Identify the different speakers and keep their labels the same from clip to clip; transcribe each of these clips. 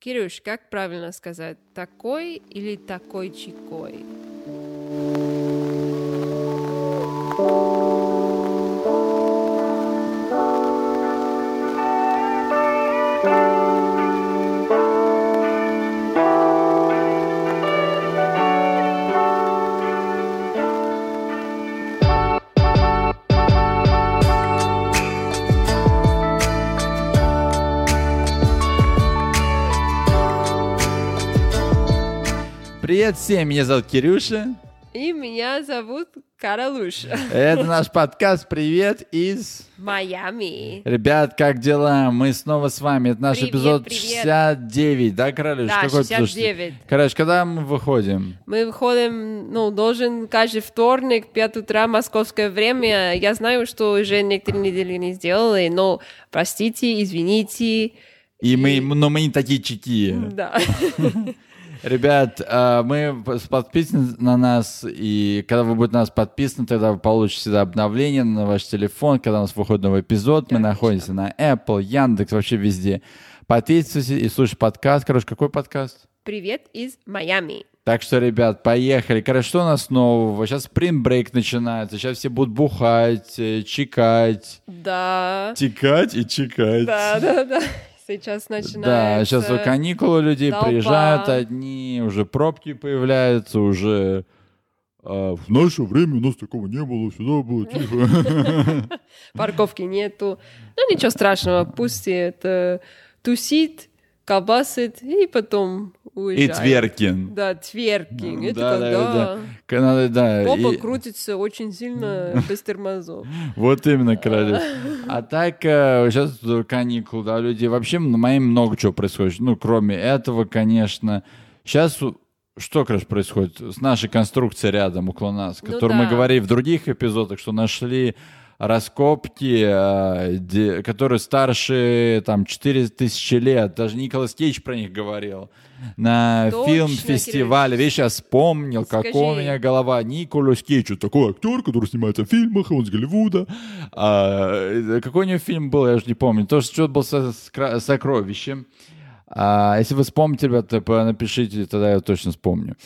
Speaker 1: Кирюш, как правильно сказать, такой или такой чикой?
Speaker 2: Привет всем, меня зовут Кирюша.
Speaker 1: И меня зовут Каралуша.
Speaker 2: Это наш подкаст «Привет из...»
Speaker 1: Майами.
Speaker 2: Ребят, как дела? Мы снова с вами. Это наш
Speaker 1: Привет,
Speaker 2: эпизод
Speaker 1: привет.
Speaker 2: 69, да, Королюш?
Speaker 1: Да,
Speaker 2: Какой эпизод?
Speaker 1: 69.
Speaker 2: Короче, когда мы выходим?
Speaker 1: Мы выходим, ну, должен каждый вторник, 5 утра, московское время. Я знаю, что уже некоторые недели не сделали, но простите, извините.
Speaker 2: И мы, но мы не такие чики.
Speaker 1: Да.
Speaker 2: Ребят, а, мы с- подписаны на нас, и когда вы будете на нас подписаны, тогда вы получите всегда обновление на ваш телефон, когда у нас выходит новый эпизод. Мы находимся на Apple, Яндекс, вообще везде. Подписывайтесь и слушайте подкаст. Короче, какой подкаст?
Speaker 1: Привет из Майами.
Speaker 2: Так что, ребят, поехали. Короче, что у нас нового? Сейчас спринт-брейк начинается. Сейчас все будут бухать, э, чикать.
Speaker 1: Да.
Speaker 2: Тикать и чикать.
Speaker 1: Да, да, да. Сейчас начинается.
Speaker 2: Да, сейчас вот каникулы у людей
Speaker 1: толпа.
Speaker 2: приезжают одни, уже пробки появляются, уже... э, в наше время у нас такого не было, всегда было тихо.
Speaker 1: Парковки нету. Ну, ничего страшного, пусть это тусит, колбасит и потом
Speaker 2: И
Speaker 1: уезжает.
Speaker 2: Тверкин.
Speaker 1: Да, тверкинг. Это
Speaker 2: Да, да,
Speaker 1: когда
Speaker 2: да. Канада, да,
Speaker 1: попа
Speaker 2: и-
Speaker 1: крутится очень сильно без тормозов.
Speaker 2: Вот именно, королев. А так, сейчас каникулы, да, люди. Вообще, на моей много чего происходит. Ну, кроме этого, конечно. Сейчас что, короче, происходит? С нашей конструкцией рядом, около нас,
Speaker 1: Ну
Speaker 2: которую мы
Speaker 1: да.
Speaker 2: говорили в других эпизодах, что нашли раскопки, э, де- которые старше, там, 4000 лет. Даже Николас Кейдж про них говорил. На
Speaker 1: Точно,
Speaker 2: фильм-фестивале. Видишь, я вспомнил, как у
Speaker 1: Скажи.
Speaker 2: меня голова Николас Кейдж, это такой актер, который снимается в фильмах, он из Голливуда. А, э, какой у него фильм был, я уже не помню. То, что что-то был со, с кра- сокровищем. А, если вы вспомните, ребята, п- напишите, тогда я точно вспомню.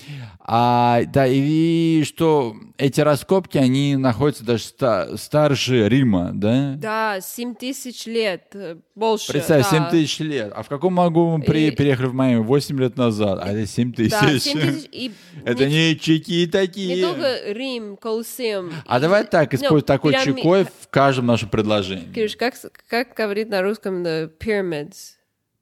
Speaker 2: А, да, и, что эти раскопки, они находятся даже ста- старше Рима, да?
Speaker 1: Да, 7 тысяч лет э, больше.
Speaker 2: Представь,
Speaker 1: да.
Speaker 2: 7 тысяч лет. А в каком году мы при-
Speaker 1: И-
Speaker 2: переехали в Майами? 8 лет назад. А это 7 тысяч.
Speaker 1: Да, 7 тысяч. И
Speaker 2: Это
Speaker 1: не,
Speaker 2: не чеки такие.
Speaker 1: не только Рим, Колосеум.
Speaker 2: А давай так,
Speaker 1: Ну,
Speaker 2: используй такой
Speaker 1: пирами-
Speaker 2: чекой в каждом нашем предложении.
Speaker 1: Кирюш, как, с- как говорит на русском the pyramids?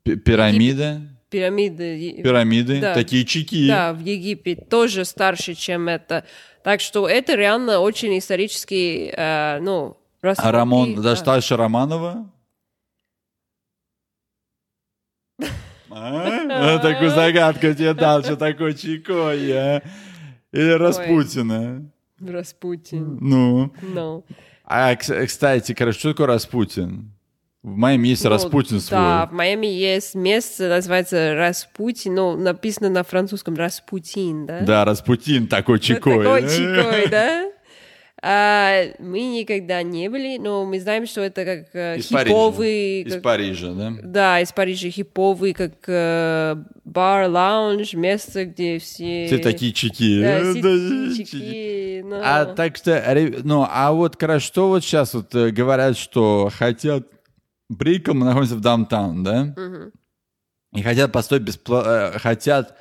Speaker 2: Пи- Пирамида,
Speaker 1: Пирамиды. и-
Speaker 2: пирамиды,
Speaker 1: Да.
Speaker 2: такие чеки.
Speaker 1: Да, в Египте тоже старше, чем это. Так что это реально очень исторический, э, ну,
Speaker 2: А
Speaker 1: раскопки,
Speaker 2: Рамон,
Speaker 1: да.
Speaker 2: даже старше Романова? А? Ну, Такую загадку тебе дал, что такое чекой, а? Или Распутина.
Speaker 1: Распутин.
Speaker 2: Ну.
Speaker 1: No.
Speaker 2: А, кс- кстати, короче, что такое Распутин? В моем есть
Speaker 1: Ну,
Speaker 2: Распутин свой.
Speaker 1: Да, в Майами есть место, называется Распутин, ну, написано на французском Распутин, да?
Speaker 2: Да, Распутин такой
Speaker 1: Ну,
Speaker 2: чекой.
Speaker 1: Такой чикой, да? А, мы никогда не были, но мы знаем, что это как э,
Speaker 2: Из Парижа.
Speaker 1: хиповый...
Speaker 2: Из
Speaker 1: как-
Speaker 2: Парижа, да?
Speaker 1: Да, из Парижа хиповый, как э, бар, лаунж, место, где все...
Speaker 2: Все такие чеки.
Speaker 1: Да,
Speaker 2: Э,
Speaker 1: си-
Speaker 2: да, чеки.
Speaker 1: сичики, ну.
Speaker 2: А так что, ре- ну, а вот, короче, что вот сейчас вот э, говорят, что хотят... Брикл, мы находимся в даунтаун, да?
Speaker 1: Мгм.
Speaker 2: И хотят построить, беспла- э, хотят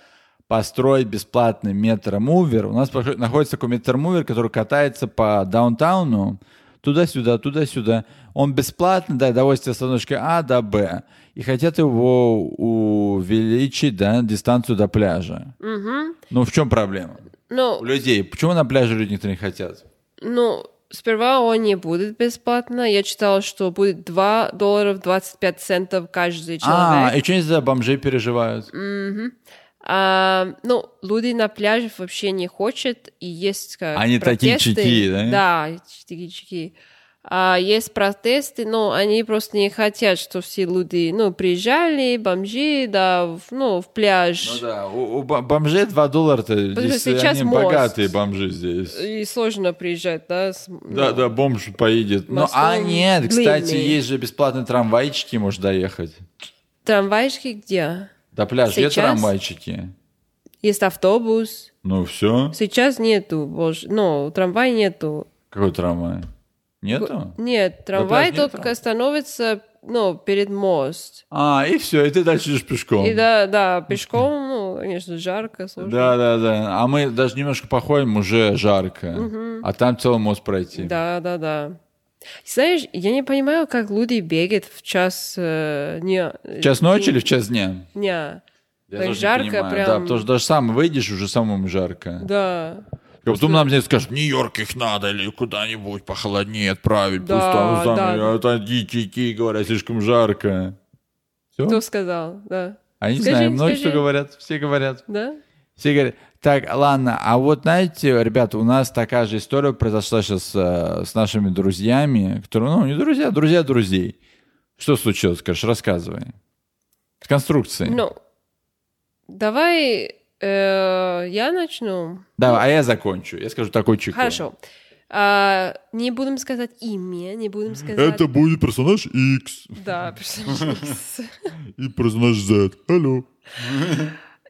Speaker 2: построить бесплатный метромувер. У нас похо- находится такой метромувер, который катается по даунтауну, туда-сюда, туда-сюда. Он бесплатный, да, довольствие с остановочки А до Б. И хотят его увеличить, да, дистанцию до пляжа.
Speaker 1: Мгм.
Speaker 2: Ну, в чем проблема?
Speaker 1: Ну,
Speaker 2: У людей. Почему на пляже люди никто не хотят?
Speaker 1: ну, сперва он не будет бесплатно. Я читала, что будет 2 долларов 25 центов каждый
Speaker 2: А,
Speaker 1: человек.
Speaker 2: и что они за бомжей переживают?
Speaker 1: Мгм. А, ну, люди на пляже вообще не хочет, и есть как
Speaker 2: Они такие
Speaker 1: протесты.
Speaker 2: чики, да?
Speaker 1: Да, такие чики. А, есть протесты, но они просто не хотят, что все люди, ну, приезжали, бомжи, да, в- ну, в пляж.
Speaker 2: Ну да, у, у бо- бомжей 2 доллара-то,
Speaker 1: Потому что
Speaker 2: если
Speaker 1: сейчас
Speaker 2: они
Speaker 1: мост. Э,
Speaker 2: богатые бомжи здесь.
Speaker 1: И сложно приезжать, да? с-
Speaker 2: Да,
Speaker 1: ну,
Speaker 2: да, бомж поедет. Ну,
Speaker 1: Мостом
Speaker 2: а нет, кстати,
Speaker 1: длинный.
Speaker 2: есть же бесплатные трамвайчики, можешь доехать.
Speaker 1: Трамвайчики где?
Speaker 2: До пляжа
Speaker 1: Сейчас?
Speaker 2: есть трамвайчики?
Speaker 1: Есть автобус.
Speaker 2: Ну все.
Speaker 1: Сейчас нету, боже. Ну, трамвай нету.
Speaker 2: Какой трамвай? Нету?
Speaker 1: Нет, трамвай
Speaker 2: пляжа нет
Speaker 1: только становится, ну, перед мост.
Speaker 2: А, и все, и ты дальше идешь пешком.
Speaker 1: И да, да, пешком, ну, конечно, жарко, сложно.
Speaker 2: Да, да, да. А мы даже немножко походим, уже жарко. А там целый мост пройти.
Speaker 1: Да, да, да. Знаешь, я не понимаю, как люди бегают в час э, дня.
Speaker 2: В час ночи или в час дня?
Speaker 1: Дня. Так
Speaker 2: Я тоже не
Speaker 1: жарко
Speaker 2: понимаю.
Speaker 1: прям.
Speaker 2: Да, потому что даже сам выйдешь, уже самому жарко.
Speaker 1: Да.
Speaker 2: А потом нам здесь скажут, в Нью-Йорк их надо или куда-нибудь похолоднее отправить.
Speaker 1: Да,
Speaker 2: пусть там сами,
Speaker 1: да.
Speaker 2: отойдите, ки, говорят, слишком жарко. Всё?
Speaker 1: Кто сказал? Да.
Speaker 2: А я не
Speaker 1: Скажи,
Speaker 2: знаю, многие
Speaker 1: скажи.
Speaker 2: что говорят, все говорят.
Speaker 1: Да?
Speaker 2: Все говорят, так, ладно, а вот знаете, ребята, у нас такая же история произошла сейчас э, с нашими друзьями, которые, ну, не друзья, друзья друзей. Что случилось, скажешь, рассказывай. С конструкцией.
Speaker 1: Ну, давай э, я начну.
Speaker 2: Давай, а я закончу. Я скажу такой чик.
Speaker 1: ну. Хорошо. А, не будем сказать имя, не будем сказать...
Speaker 3: Это будет персонаж X
Speaker 1: Да, персонаж X.
Speaker 3: и персонаж Z. Алло.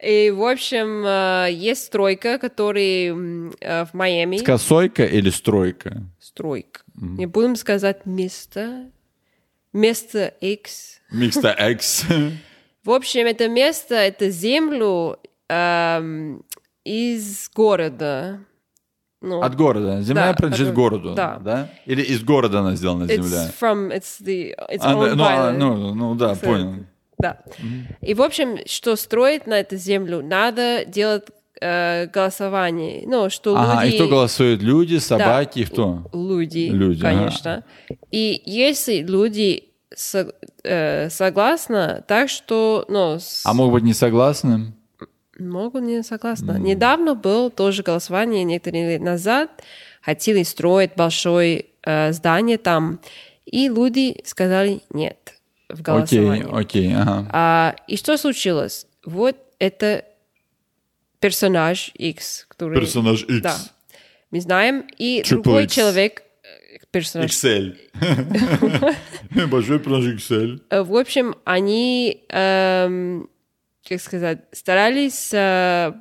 Speaker 1: И, в общем, э, есть стройка, которая м, э, в Майами.
Speaker 2: Скосойка или стройка?
Speaker 1: Стройка. Не будем сказать место. Место X.
Speaker 2: Микста X.
Speaker 1: В общем, это место, это землю эм, из города. Ну,
Speaker 2: От города. Земля
Speaker 1: Да,
Speaker 2: принадлежит
Speaker 1: от гор-
Speaker 2: городу.
Speaker 1: да.
Speaker 2: Или из города она сделана земля.
Speaker 1: It's from, it's the, it's
Speaker 2: А,
Speaker 1: owned
Speaker 2: ну,
Speaker 1: by
Speaker 2: а,
Speaker 1: the-
Speaker 2: ну, ну, да,
Speaker 1: So-
Speaker 2: понял.
Speaker 1: Да. И, в общем, что строить на эту землю, надо делать э, голосование. Ну, что
Speaker 2: Ага,
Speaker 1: люди...
Speaker 2: и кто голосует? Люди, собаки, и кто?
Speaker 1: Люди,
Speaker 2: Люди, ага.
Speaker 1: конечно. И если люди со- э, согласны, так что... Ну, с-
Speaker 2: А могут быть не согласны?
Speaker 1: Могут не согласна. Недавно было тоже голосование, некоторые лет назад хотели строить большое э, здание там, и люди сказали нет в
Speaker 2: Окей,
Speaker 1: голосовании.
Speaker 2: окей, ага.
Speaker 1: А, и что случилось? Вот это персонаж X, который...
Speaker 3: Персонаж X.
Speaker 1: Да. Мы знаем. И
Speaker 3: Triple
Speaker 1: другой
Speaker 3: X.
Speaker 1: человек... э, Персонаж
Speaker 3: Excel. Большой персонаж Excel.
Speaker 1: Э, В общем, они, эм, как сказать, старались э,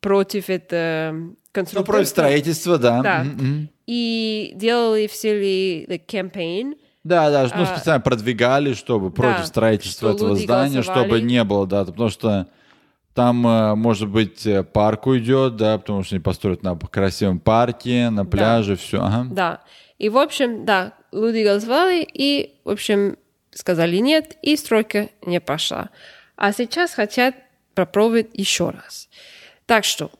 Speaker 1: против этого
Speaker 2: Ну, против
Speaker 1: конструктора.
Speaker 2: строительства, да. М-м.
Speaker 1: Да.
Speaker 2: М,
Speaker 3: М-м-м.
Speaker 2: м.
Speaker 1: и делали все ли like, campaign.
Speaker 2: Да, да, ну,
Speaker 1: А,
Speaker 2: специально продвигали, чтобы против строительства
Speaker 1: что
Speaker 2: этого
Speaker 1: люди
Speaker 2: здания, чтобы
Speaker 1: голосовали.
Speaker 2: не было, да, потому что там, э, может быть, э, парк уйдет, да, потому что они построят на красивом парке, на пляже, все, ага.
Speaker 1: Да. И, в общем, да, люди голосовали и, в общем, сказали нет, и стройка не пошла. А сейчас хотят попробовать еще раз. Так что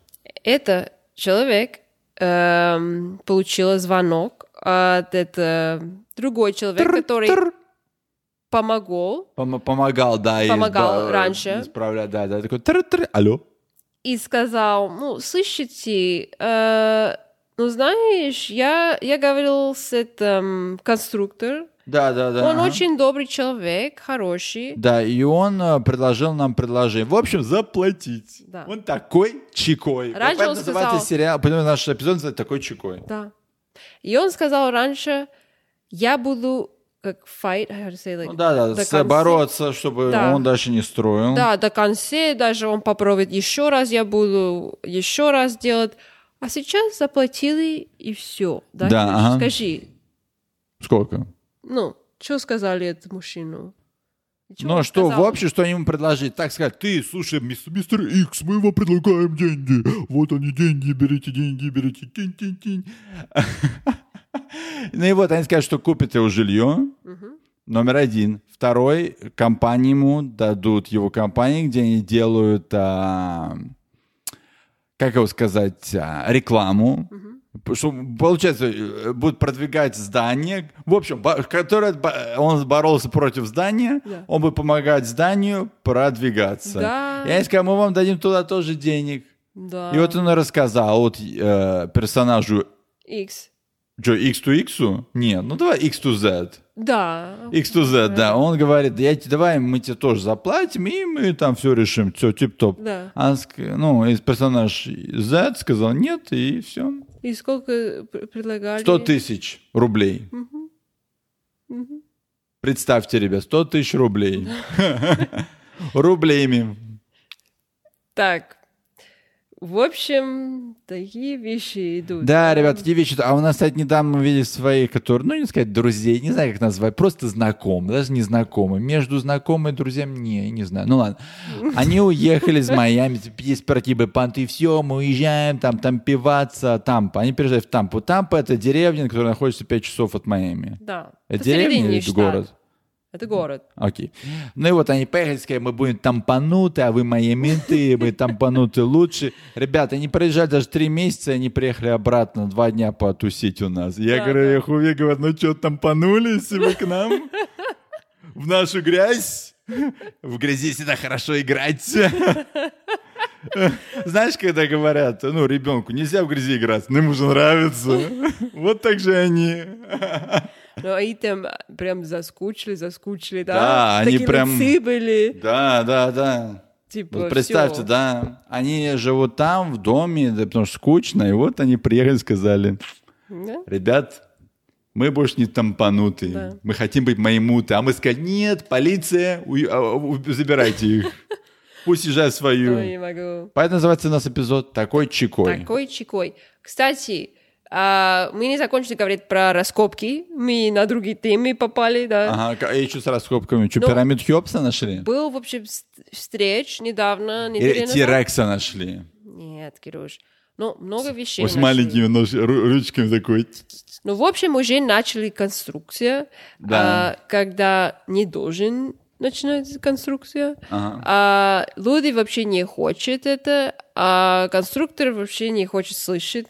Speaker 1: это человек эм, получил звонок от это другой человек, который помогал
Speaker 2: Пом- помогал, да, и
Speaker 1: Помогал
Speaker 2: изба-
Speaker 1: раньше.
Speaker 2: Исправлять, да, да, такой тыр-тыр, алло.
Speaker 1: и сказал, ну, слышите, э, ну, знаешь, я, я говорил с этим конструктором,
Speaker 2: Да, да, да.
Speaker 1: Он
Speaker 2: ага.
Speaker 1: очень добрый человек, хороший.
Speaker 2: Да, и он э, предложил нам предложение. В общем, заплатить.
Speaker 1: Да.
Speaker 2: Он такой чекой.
Speaker 1: Раньше
Speaker 2: Поэтому
Speaker 1: он
Speaker 2: называется
Speaker 1: сказал-
Speaker 2: сериал, поэтому наш эпизод называется такой чекой.
Speaker 1: Да. И он сказал раньше, я буду как fight, how to say, like,
Speaker 2: Ну, да, ну. да,
Speaker 1: до
Speaker 2: с-
Speaker 1: конца.
Speaker 2: бороться, чтобы
Speaker 1: Да.
Speaker 2: он дальше не строил.
Speaker 1: Да, до конца, даже он попробует еще раз, я буду еще раз делать. А сейчас заплатили и все. Да,
Speaker 2: Да,
Speaker 1: Кирилл?
Speaker 2: ага.
Speaker 1: Скажи,
Speaker 2: Сколько?
Speaker 1: ну, что сказали этому мужчину? Чё
Speaker 2: ну
Speaker 1: он
Speaker 2: что,
Speaker 1: сказал?
Speaker 2: в общем, что они ему предложили? Так сказать, ты, слушай, мисс-
Speaker 3: Мистер X, мы вам предлагаем деньги. Вот они, деньги, берите деньги, берите. Тинь-тинь-тинь.
Speaker 2: Ну и вот они сказали, что купят его жилье. Номер один. Второй, компании ему дадут его компании, где они делают, а, как его сказать, а, рекламу. Что, получается, э, будут продвигать здание. В общем, бо- которое бо- он боролся против здания,
Speaker 1: Да.
Speaker 2: он будет помогать зданию продвигаться.
Speaker 1: Да.
Speaker 2: И они сказали, мы вам дадим туда тоже денег.
Speaker 1: Да.
Speaker 2: И вот он и рассказал вот, э, персонажу
Speaker 1: X.
Speaker 2: что, X to X? Нет, ну давай X to Z.
Speaker 1: Да.
Speaker 2: X to Z, да. Он говорит, да я тебе, давай мы тебе тоже заплатим, и мы там все решим, все, тип-топ.
Speaker 1: Да.
Speaker 2: А, ск- ну, из персонаж Z сказал нет, и все.
Speaker 1: И сколько пр- предлагали?
Speaker 2: 100 тысяч рублей. Представьте, ребят, 100 тысяч рублей. Рублями.
Speaker 1: Так. В общем, такие вещи идут.
Speaker 2: Да, ребят, такие вещи. А у нас, кстати, недавно мы видели своих, которые, ну, не сказать, друзей, не знаю, как назвать, просто знакомые, даже не знакомые. Между знакомыми и друзьями, не, не знаю. Ну, ладно. Они уехали из Майами, типа, есть противы понты, все, мы уезжаем, там, там пиваться, Тампа. Они переезжают в Тампу. Тампа — это деревня, которая находится 5 часов от Майами.
Speaker 1: Да.
Speaker 2: Это
Speaker 1: Посередине
Speaker 2: деревня или это
Speaker 1: штата.
Speaker 2: город?
Speaker 1: Это город.
Speaker 2: Окей. Ну и вот они поехали, сказали, мы будем тампануты, а вы мои менты, мы тампануты лучше. Ребята, они проезжали даже три месяца, и они приехали обратно два дня потусить у нас. Я
Speaker 1: Да,
Speaker 2: говорю,
Speaker 1: да.
Speaker 2: я хуй, говорю, ну что, тампанулись вы к нам? В нашу грязь? В грязи всегда хорошо играть. Знаешь, когда говорят, ну, ребенку нельзя в грязи играть, но ему же нравится. Вот так же они.
Speaker 1: Ну, они там прям заскучили, заскучили, да?
Speaker 2: Да, они
Speaker 1: Такие
Speaker 2: прям-
Speaker 1: лицы были.
Speaker 2: Да, да, да.
Speaker 1: Типа,
Speaker 2: Вот представьте,
Speaker 1: всё.
Speaker 2: да, они живут там, в доме, да, потому что скучно, и вот они приехали и сказали,
Speaker 1: Да?
Speaker 2: ребят, мы больше не тампанутые,
Speaker 1: Да.
Speaker 2: мы хотим быть маймуты. А мы сказали, нет, полиция, у- а, у- забирайте их, пусть езжают в
Speaker 1: Ну, не
Speaker 2: свою.
Speaker 1: могу.
Speaker 2: Поэтому называется у нас эпизод «Такой чекой».
Speaker 1: Такой чекой. Кстати, а, мы не закончили говорить про раскопки. Мы на другие темы попали, да.
Speaker 2: Ага, к- а еще с раскопками. Что,
Speaker 1: Ну,
Speaker 2: пирамид Хеопса нашли?
Speaker 1: Был, в общем, с- встреч недавно, неделю
Speaker 2: Или
Speaker 1: назад.
Speaker 2: Тирекса нашли?
Speaker 1: Нет, Кирюш. Ну, много вещей.
Speaker 2: Вот С
Speaker 1: нашли.
Speaker 2: маленькими нож- ру- ручками такой.
Speaker 1: Ну, в общем, уже начали конструкция,
Speaker 2: Да.
Speaker 1: а, когда не должен начинать конструкция.
Speaker 2: Ага.
Speaker 1: А, Луди вообще не хочет это, а конструктор вообще не хочет слышать.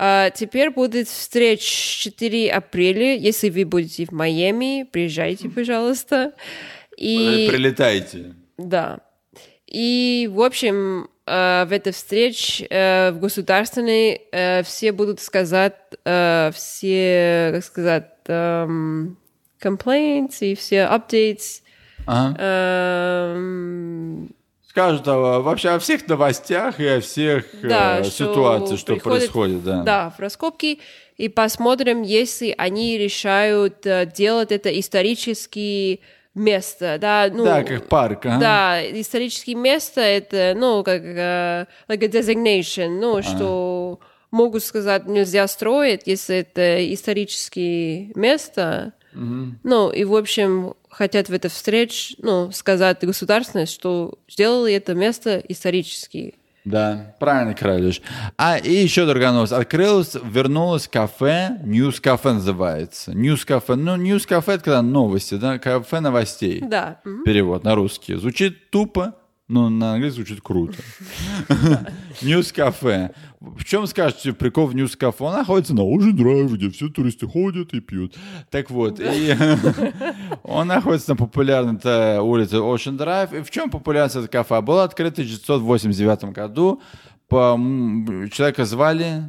Speaker 1: А, теперь будет встреч 4 апреля. Если вы будете в Майами, приезжайте, пожалуйста.
Speaker 2: Э,
Speaker 1: И...
Speaker 2: Прилетайте.
Speaker 1: Да. И, в общем, э, в этой встрече э, в государственной э, все будут сказать, э, все, как сказать, эм, complaints и все updates.
Speaker 2: Ага.
Speaker 1: эм,
Speaker 2: скажут о- вообще о всех новостях и о всех
Speaker 1: Да,
Speaker 2: э,
Speaker 1: что
Speaker 2: ситуациях, что
Speaker 1: приходит-
Speaker 2: происходит, да.
Speaker 1: Да, в раскопки. И посмотрим, если они решают э, делать это исторические место, да, ну,
Speaker 2: Да, как парк, а? ага.
Speaker 1: Да, исторические места это, ну, как э, like a designation, ну, что могут сказать, нельзя строить, если это исторические места. Ну, и, в общем, хотят в этой встрече, ну, сказать государственность, что сделали это место исторически.
Speaker 2: Да, правильно, Кралиш. А, и еще другая новость. Открылось, вернулось кафе, News Cafe называется. News Cafe, ну, News Cafe это когда новости, да, кафе новостей.
Speaker 1: Да. Мгм.
Speaker 2: Перевод на русский. Звучит тупо, но на английском звучит круто. News Cafe. В чем скажете прикол в News Cafe? Он находится на
Speaker 3: Ужин драйв, где все туристы ходят и пьют.
Speaker 2: Так вот, и он находится на популярной э, улице Ocean Drive. И в чем популярность этого кафе? Было открыто в 1989 году. По, м, человека звали...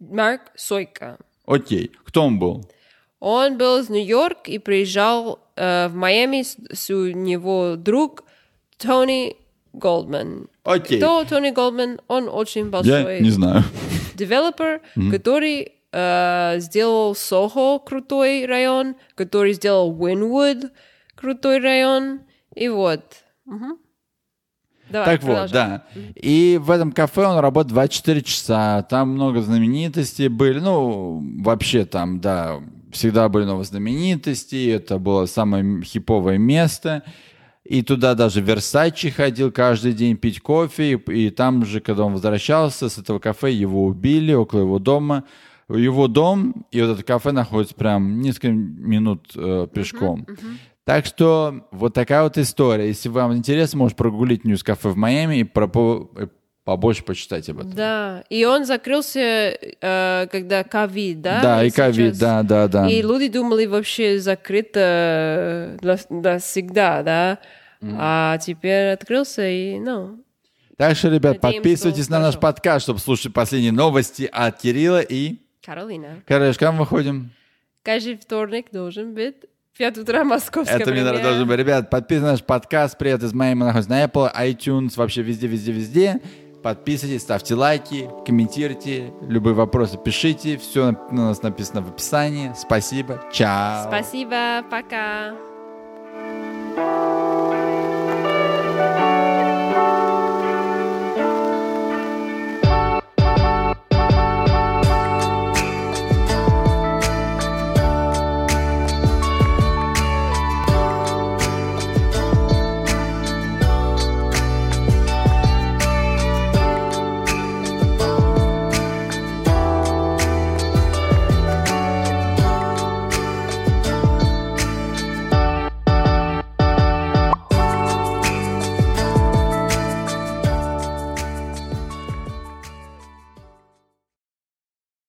Speaker 1: Марк Сойка.
Speaker 2: Окей, кто он был?
Speaker 1: Он был из Нью-Йорк и приезжал э, в Майами с, с у него друг Тони Голдман.
Speaker 2: Окей.
Speaker 1: Кто Тони Голдман? Он очень
Speaker 2: Я
Speaker 1: большой
Speaker 2: не знаю.
Speaker 1: девелопер, который э, сделал Сохо крутой район, который сделал Уинвуд крутой район, и вот. Мгм. Давай,
Speaker 2: Так вот,
Speaker 1: продолжай.
Speaker 2: да. И в этом кафе он работает 24 часа. Там много знаменитостей были. Ну, вообще там, да, всегда были новые знаменитости. Это было самое м- хиповое место. И туда даже Версачи ходил каждый день пить кофе. И, и там же, когда он возвращался с этого кафе, его убили около его дома. Его дом и вот это кафе находится прям несколько минут э, пешком. Так что вот такая вот история. Если вам интересно, можешь прогуглить Ньюс Кафе в Майами и, пропо- и побольше почитать об этом.
Speaker 1: Да, и он закрылся, э, когда ковид, да?
Speaker 2: Да, и ковид,
Speaker 1: сейчас-
Speaker 2: да, да, да.
Speaker 1: И люди думали вообще закрыто для- навсегда, да? А теперь открылся и, ну,
Speaker 2: Так что, ребят,
Speaker 1: Надеемся,
Speaker 2: подписывайтесь на наш
Speaker 1: хорошо.
Speaker 2: подкаст, чтобы слушать последние новости от Кирилла и...
Speaker 1: Каролина.
Speaker 2: Короче, когда мы выходим?
Speaker 1: Каждый вторник должен быть в 5 утра московское
Speaker 2: Это мне
Speaker 1: время.
Speaker 2: надо должно быть. Ребят, подписывайтесь на наш подкаст. Привет из Майами. Мы находимся на Apple, iTunes, вообще везде, везде, везде. Подписывайтесь, ставьте лайки, комментируйте, любые вопросы пишите. Все на нас написано в описании. Спасибо. Чао.
Speaker 1: Спасибо, пока.